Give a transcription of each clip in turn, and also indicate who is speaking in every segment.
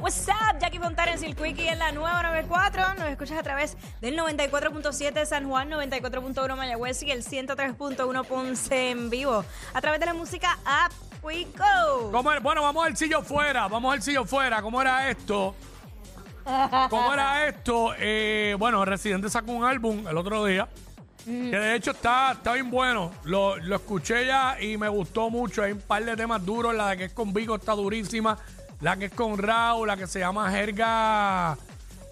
Speaker 1: What's up, Jackie Fontana en Silquickie en la nueva 94. Nos escuchas a través del 94.7 de San Juan, 94.1 Mayagüez y el 103.1 Ponce en vivo. A través de la música App Quico.
Speaker 2: ¿Cómo era? Bueno, vamos al sillo fuera, vamos al sillo fuera. ¿Cómo era esto? ¿Cómo era esto? Eh, bueno, Residente sacó un álbum el otro día, que de hecho está, está bien bueno. Lo, lo escuché ya y me gustó mucho. Hay un par de temas duros. La que es con Vigo está durísima. La que es con Raúl, la que se llama Jerga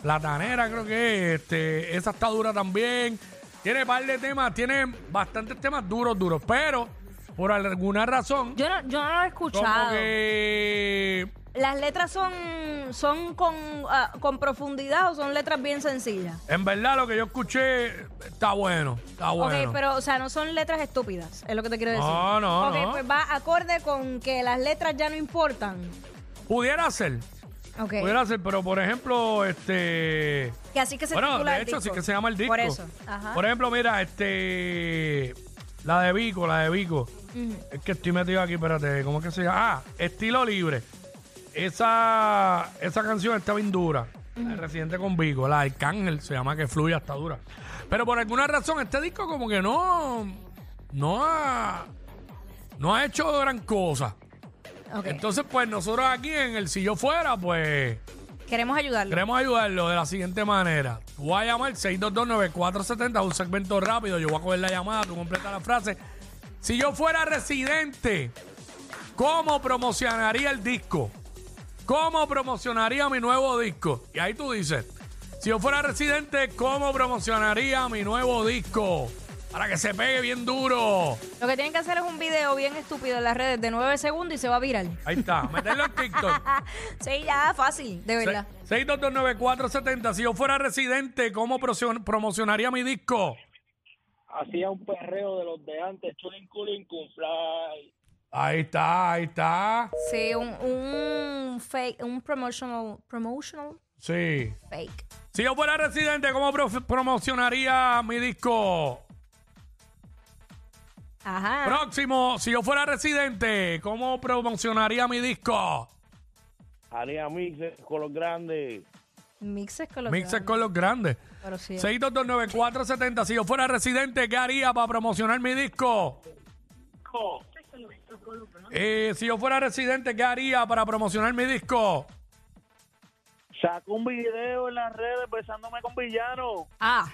Speaker 2: Platanera, creo que es. Este, esa está dura también. Tiene par de temas, tiene bastantes temas duros, duros. Pero, por alguna razón,
Speaker 1: Yo no, yo no lo he
Speaker 2: como
Speaker 1: escuchado.
Speaker 2: que...
Speaker 1: ¿Las letras son, son con, ah, con profundidad o son letras bien sencillas?
Speaker 2: En verdad lo que yo escuché está bueno, está Ah, bueno.
Speaker 1: Ok, pero, o sea, no son letras estúpidas, es lo que te quiero decir.
Speaker 2: No, no,
Speaker 1: Ok,
Speaker 2: no.
Speaker 1: pues va acorde con que las letras ya no importan.
Speaker 2: Pudiera ser,
Speaker 1: Ok.
Speaker 2: pudiera ser, pero por ejemplo, este...
Speaker 1: Que así que se
Speaker 2: Bueno,
Speaker 1: titula
Speaker 2: de
Speaker 1: el
Speaker 2: hecho,
Speaker 1: disco.
Speaker 2: sí que se llama el disco.
Speaker 1: Por eso. Ajá.
Speaker 2: Por ejemplo, mira, este... La de Vico, la de Vico. Es que estoy metido aquí, espérate, ¿cómo es que se llama? Ah, Estilo Libre. Esa, esa canción está bien dura. El residente con Vico, la de Arcángel, se llama Que Fluya, está dura. Pero por alguna razón, este disco como que no... No ha... No ha hecho gran cosa.
Speaker 1: Ok.
Speaker 2: Entonces, pues nosotros aquí en el Si Yo Fuera, pues
Speaker 1: Queremos ayudarlo.
Speaker 2: queremos ayudarlo de la siguiente manera. Tú vas a llamar 6229470, un segmento rápido. Yo voy a coger la llamada, tú completas la frase. Si yo fuera residente, ¿cómo promocionaría el disco? ¿Cómo promocionaría mi nuevo disco? Y ahí tú dices, si yo fuera residente, ¿cómo promocionaría mi nuevo disco? Para que se pegue bien duro.
Speaker 1: Lo que tienen que hacer es un video bien estúpido en las redes de 9 segundos y se va viral.
Speaker 2: Ahí está, meterlo en TikTok.
Speaker 1: Sí, ya, fácil, de verdad.
Speaker 2: 6229470. Si yo fuera residente, ¿cómo prosión- promocionaría mi disco?
Speaker 3: hacía un perreo de los de antes, chulín, culín, cunfly.
Speaker 2: Ahí está, ahí está.
Speaker 1: Sí, un, un fake, un promotional, promotional
Speaker 2: Sí.
Speaker 1: fake.
Speaker 2: Si yo fuera residente, ¿cómo prof- promocionaría mi disco?
Speaker 1: Ajá.
Speaker 2: Próximo, si yo fuera residente, ¿cómo promocionaría mi disco?
Speaker 3: Haría mixes con los grandes.
Speaker 1: Mixes con los
Speaker 2: Mixes
Speaker 1: grandes,
Speaker 2: con los grandes.
Speaker 1: pero sí.
Speaker 2: 6229470. Si yo fuera residente, ¿qué haría para promocionar mi disco?
Speaker 3: Oh.
Speaker 2: Eh, si yo fuera residente, ¿qué haría para promocionar mi disco?
Speaker 3: Saco un video en las redes besándome con villanos.
Speaker 1: Ah,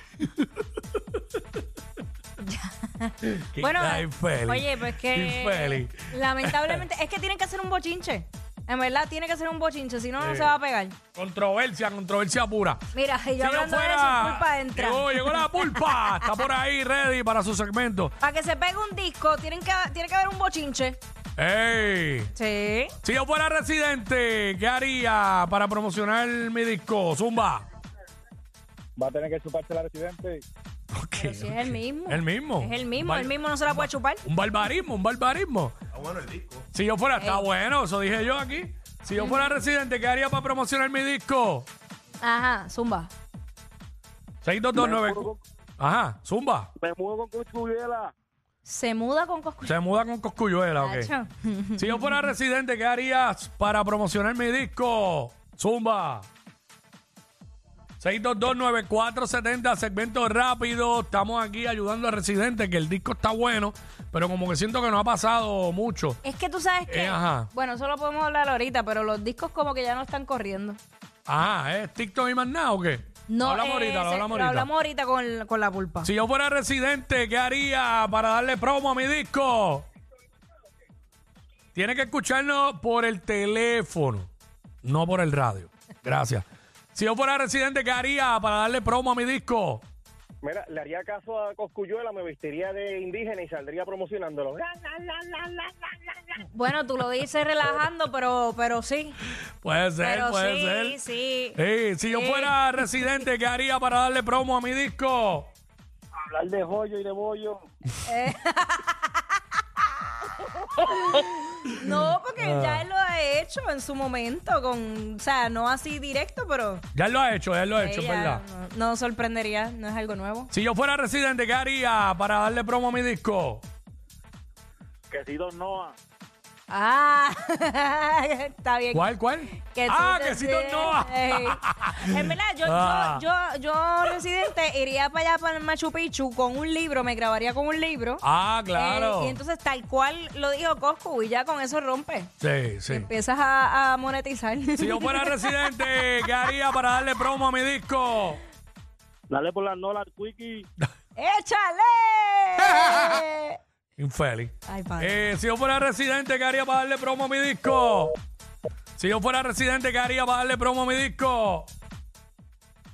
Speaker 2: Qué
Speaker 1: bueno.
Speaker 2: cara infeliz.
Speaker 1: Oye, pues que.
Speaker 2: Infeliz.
Speaker 1: Lamentablemente, es que tienen que hacer un bochinche. En verdad, tiene que hacer un bochinche, si no, no
Speaker 2: Sí.
Speaker 1: se va a pegar.
Speaker 2: Controversia, controversia pura.
Speaker 1: Mira, y yo
Speaker 2: Si yo
Speaker 1: hablando de
Speaker 2: fuera-
Speaker 1: eso, culpa entra.
Speaker 2: Llegó, llegó la pulpa. Está por ahí, ready para su segmento.
Speaker 1: Para que se pegue un disco, tienen que, tiene que haber un bochinche.
Speaker 2: ¡Ey!
Speaker 1: Sí.
Speaker 2: Si yo fuera residente, ¿qué haría para promocionar mi disco? Zumba.
Speaker 3: Va a tener que chuparse la residente.
Speaker 2: Ok,
Speaker 1: Pero si es
Speaker 2: ok.
Speaker 1: el mismo.
Speaker 2: El mismo.
Speaker 1: Es el mismo,
Speaker 2: Bar-
Speaker 1: el mismo no se la puede chupar.
Speaker 2: Un barbarismo, un barbarismo. Está bueno el disco. Si yo fuera, está bueno, eso dije yo aquí. Si yo fuera residente, ¿qué haría para promocionar mi disco?
Speaker 1: Ajá, zumba.
Speaker 2: 6229. Ajá, Zumba.
Speaker 3: Me muevo con cuchubela.
Speaker 1: Se muda con coscucha.
Speaker 2: Se muda con Cosculluela, ok. Si yo fuera residente, ¿qué harías para promocionar mi disco? Zumba. 6229470, segmento rápido. Estamos aquí ayudando a residente, que el disco está bueno, pero como que siento que no ha pasado mucho.
Speaker 1: Es que tú sabes que.
Speaker 2: Eh, ajá.
Speaker 1: Bueno, eso lo podemos hablar ahorita, pero los discos como que ya no están corriendo.
Speaker 2: Ajá, ¿es TikTok y más nada o qué?
Speaker 1: No,
Speaker 2: Lo hablamos
Speaker 1: eh,
Speaker 2: ahorita, lo
Speaker 1: se-
Speaker 2: hablamos ahorita.
Speaker 1: hablamos ahorita con, con la pulpa.
Speaker 2: Si yo fuera residente, ¿qué haría para darle promo a mi disco? Tiene que escucharnos por el teléfono, no por el radio. Gracias. Si yo fuera residente, ¿qué haría para darle promo a mi disco?
Speaker 4: Mira, le haría caso a Coscuyuela, me vestiría de indígena y saldría promocionándolo.
Speaker 1: Bueno, tú lo dices relajando, pero, pero sí.
Speaker 2: Puede ser,
Speaker 1: Pero
Speaker 2: puede
Speaker 1: sí,
Speaker 2: ser.
Speaker 1: sí.
Speaker 2: si yo fuera residente, ¿qué haría para darle promo a mi disco?
Speaker 3: Hablar de joyo y de bollo.
Speaker 1: No, porque
Speaker 2: Ah.
Speaker 1: ya él lo ha hecho en su momento, con, o sea, no así directo, pero
Speaker 2: Ya él lo ha hecho, ya él lo ha hecho,
Speaker 1: ella
Speaker 2: ¿verdad?
Speaker 1: no, no sorprendería, no es algo nuevo.
Speaker 2: Si yo fuera residente, ¿qué haría para darle promo a mi disco?
Speaker 3: Que si Don Noah.
Speaker 1: Ah, está bien.
Speaker 2: ¿Cuál, cuál?
Speaker 1: tú
Speaker 2: ah,
Speaker 1: te
Speaker 2: que si no, no.
Speaker 1: sientes- En verdad, yo,
Speaker 2: Ah.
Speaker 1: yo, yo, yo, residente, iría para allá, para el Machu Picchu, con un libro, me grabaría con un libro.
Speaker 2: Ah,
Speaker 1: Eh,
Speaker 2: claro.
Speaker 1: y entonces, tal cual lo dijo Coscu, y ya con eso rompe.
Speaker 2: sí, sí.
Speaker 1: Empiezas a, a monetizar.
Speaker 2: Si yo fuera residente, ¿qué haría para darle promo a mi disco?
Speaker 3: Dale por la nola al Quickie.
Speaker 1: ¡Échale!
Speaker 2: Infeliz.
Speaker 1: Ay, padre.
Speaker 2: Eh, si yo fuera residente, ¿qué haría para darle promo a mi disco? Si yo fuera residente, ¿qué haría para darle promo a mi disco?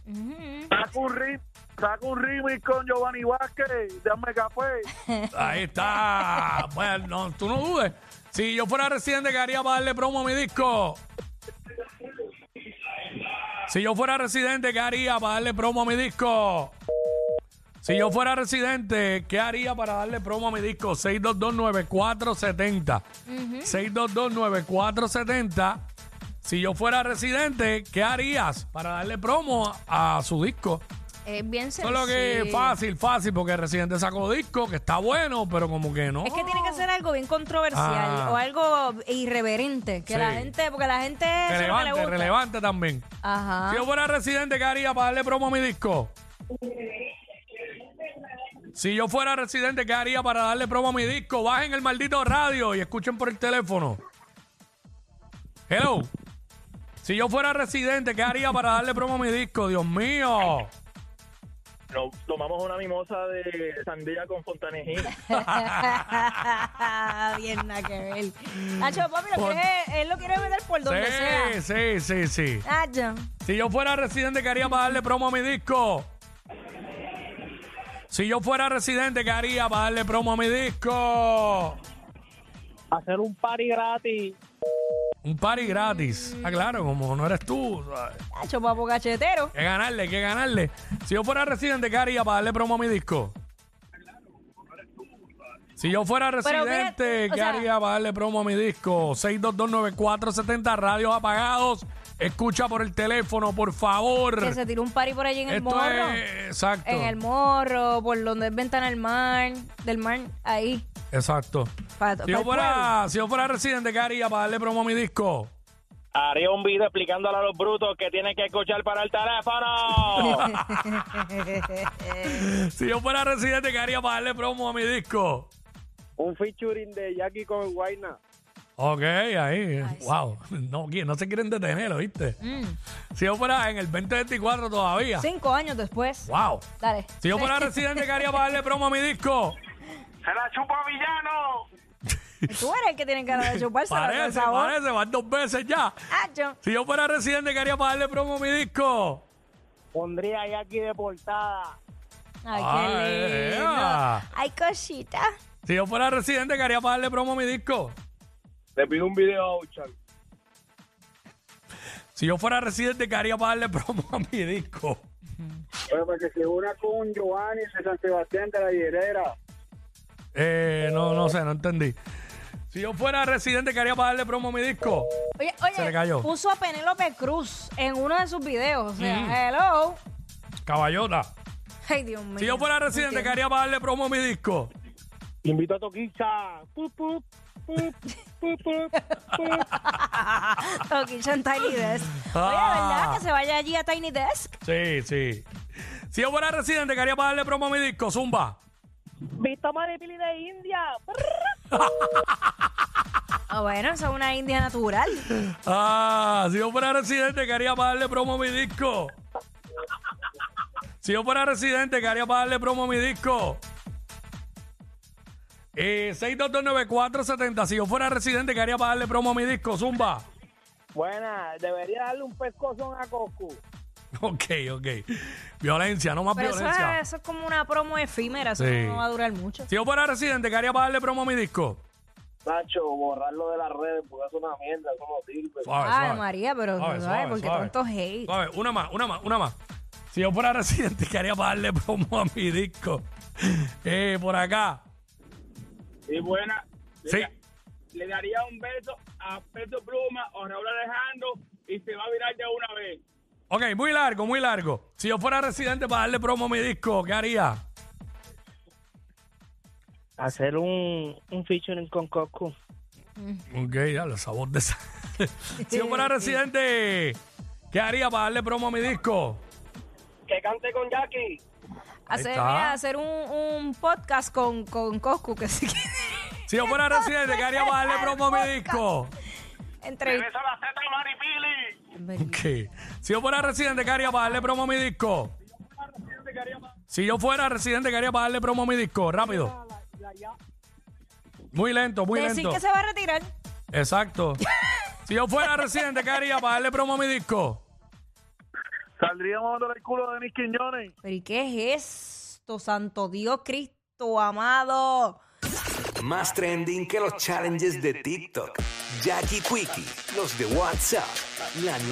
Speaker 3: Saca un rim, saca un remix con Giovanni Vázquez. Dame café.
Speaker 2: Ahí está. Bueno, no, tú no dudes. Si yo fuera residente, ¿qué haría para darle promo a mi disco? Si yo fuera residente, ¿qué haría para darle promo a mi disco? Si yo fuera residente, ¿qué haría para darle promo a mi disco? 6229470. 6229470. Si yo fuera residente, ¿qué harías para darle promo a a su disco?
Speaker 1: Es bien sencillo.
Speaker 2: Solo que fácil, fácil, porque Residente sacó disco, que está bueno, pero como que no.
Speaker 1: Es que tiene que ser algo bien controversial
Speaker 2: Ah.
Speaker 1: o algo irreverente. Que
Speaker 2: Sí.
Speaker 1: la gente, porque la gente eso es lo que le gusta.
Speaker 2: relevante,
Speaker 1: Ah.
Speaker 2: relevante también.
Speaker 1: Ajá.
Speaker 2: Si yo fuera Residente, ¿qué haría para darle promo a mi disco? Si yo fuera Residente, ¿qué haría para darle promo a mi disco? Bajen el maldito radio y escuchen por el teléfono. Hello. Si yo fuera Residente, ¿qué haría para darle promo a mi disco? Dios mío.
Speaker 4: Nos tomamos una mimosa de sandía con fontanejín.
Speaker 1: bien nada que ver. Nacho, papi, lo
Speaker 2: Por-
Speaker 1: quiere- él lo quiere vender por donde sea.
Speaker 2: Sí, sí, sí, sí.
Speaker 1: Nacho.
Speaker 2: Si yo fuera residente, ¿qué haría para darle promo a mi disco? Si yo fuera residente, ¿qué haría para darle promo a mi disco?
Speaker 3: Hacer un party gratis.
Speaker 2: Un party gratis. Ah, claro, como no eres tú. ¿sabes?
Speaker 1: Nacho, papo cachetero.
Speaker 2: Hay que ganarle, hay que ganarle. Si yo fuera residente, ¿qué haría para darle promo a mi disco? Si yo fuera
Speaker 1: Pero mira,
Speaker 2: residente,
Speaker 1: o
Speaker 2: ¿qué
Speaker 1: sea-
Speaker 2: haría para darle promo a mi disco? 6229470, radios apagados. Escucha por el teléfono, por favor.
Speaker 1: Que se tiró un pari por allí en el
Speaker 2: Esto
Speaker 1: morro.
Speaker 2: es... Exacto.
Speaker 1: En el morro, por donde es ventana del mar, del mar, ahí.
Speaker 2: Exacto.
Speaker 1: Para,
Speaker 2: Si yo, fuera, si yo fuera residente, ¿qué haría para darle promo a mi disco?
Speaker 4: Haría un video explicándole a los brutos que tienen que escuchar para el teléfono.
Speaker 2: Si yo fuera residente, ¿qué haría para darle promo a mi disco?
Speaker 3: Un featuring de Jackie con Guayna.
Speaker 2: Ok, ahí. eh, wow. No, qui- no se quieren detener, ¿oíste? Si yo fuera en el 2024 todavía.
Speaker 1: Cinco años después.
Speaker 2: Wow.
Speaker 1: Dale.
Speaker 2: Si yo fuera residente, ¿qué haría para darle promo a mi disco?
Speaker 3: ¡Se la chupa villano!
Speaker 1: Tú eres el que tiene ganas de chuparse la
Speaker 2: Parece,
Speaker 1: sabor.
Speaker 2: parece, van dos veces ya.
Speaker 1: Nacho.
Speaker 2: Si yo fuera residente, ¿qué haría para darle promo a mi disco?
Speaker 3: Pondría a Jackie de portada.
Speaker 1: Ay,
Speaker 2: Ay,
Speaker 1: qué lindo.
Speaker 2: ea.
Speaker 1: Ay, cosita.
Speaker 2: Si yo fuera residente, ¿qué haría para darle promo a mi disco?
Speaker 4: Le pido un video a Uchan.
Speaker 2: Si yo fuera residente, ¿qué haría para darle promo a mi disco?
Speaker 3: Bueno, para que se una con Giovanni de San Sebastián de la Hierera.
Speaker 2: Eh, no, no sé, no entendí. Si yo fuera residente, quería para darle promo a mi disco.
Speaker 1: Oye, oye,
Speaker 2: Se le cayó.
Speaker 1: puso a Penélope Cruz en uno de sus videos. O
Speaker 2: Mm.
Speaker 1: sea, hello.
Speaker 2: Caballota.
Speaker 1: Ay, Dios mío.
Speaker 2: Si yo fuera residente,
Speaker 1: Entiendo.
Speaker 2: quería para darle promo a mi disco.
Speaker 3: Invito a Toquicha. Pup, pup, pup, pup, pup, pup.
Speaker 1: Toquicha en Ah, Tiny Desk. Oye,
Speaker 2: Ah.
Speaker 1: ¿verdad? Que se vaya allí a Tiny Desk.
Speaker 2: Sí, sí. Si yo fuera residente, quería para darle promo a mi disco. Zumba.
Speaker 3: Visto Maripili de India.
Speaker 1: Ah, bueno, esa es una india natural.
Speaker 2: Ah, si yo fuera residente, quería para darle promo a mi disco. Si yo fuera residente, quería para darle promo a mi disco. Eh, 6229470. Si yo fuera residente, quería para darle promo a mi disco. Zumba.
Speaker 3: Buena, debería darle un pescozón a Coscu.
Speaker 2: Ok, ok. Violencia, no más
Speaker 1: Pero eso
Speaker 2: violencia.
Speaker 1: es, eso es como una promo efímera, eso
Speaker 2: Sí.
Speaker 1: no va a durar mucho.
Speaker 2: Si yo fuera residente, ¿qué haría para darle promo a mi disco?
Speaker 3: Nacho, borrarlo de las redes porque es una mierda, eso no sirve.
Speaker 2: Suave,
Speaker 1: Ay,
Speaker 2: suave.
Speaker 1: María, pero
Speaker 2: Suave,
Speaker 1: ay,
Speaker 2: suave,
Speaker 1: porque
Speaker 2: suave.
Speaker 1: tanto hate.
Speaker 2: Suave, una más, una más, una más. Si yo fuera residente, ¿qué haría para darle promo a mi disco? Eh, por acá.
Speaker 4: Y buena.
Speaker 2: Sí.
Speaker 4: Le daría un beso a Pedro Pluma o Raúl Alejandro y se va a virar ya una vez.
Speaker 2: Ok, muy largo, muy largo. Si yo fuera residente para darle promo a mi disco, ¿qué haría?
Speaker 3: Hacer un, un featuring con Coco.
Speaker 2: Ok, ya, el sabor de esa. si yo fuera residente, ¿qué haría para darle promo a mi disco?
Speaker 3: Que cante con Jackie.
Speaker 1: Hacer,
Speaker 2: está.
Speaker 1: mira, hacer un, un podcast con, con Coscu, que sí que...
Speaker 2: Si yo fuera residente, ¿qué haría para darle promo a mi disco?
Speaker 1: Entre...
Speaker 4: Beso a la Z Maripili.
Speaker 2: Ok. Si yo fuera residente, ¿qué haría para darle promo a mi disco? Si yo fuera residente, ¿qué haría para darle promo a mi disco? Rápido. Muy lento, muy
Speaker 1: Decir
Speaker 2: lento.
Speaker 1: que se va a retirar.
Speaker 2: Exacto. si yo fuera residente, ¿qué haría para darle promo a mi disco?
Speaker 3: Saldría dándole el culo de mis quiñones.
Speaker 1: Pero ¿y qué es esto, santo Dios Cristo amado?
Speaker 5: Más trending que los challenges de TikTok. Jackie Quickie, los de WhatsApp, la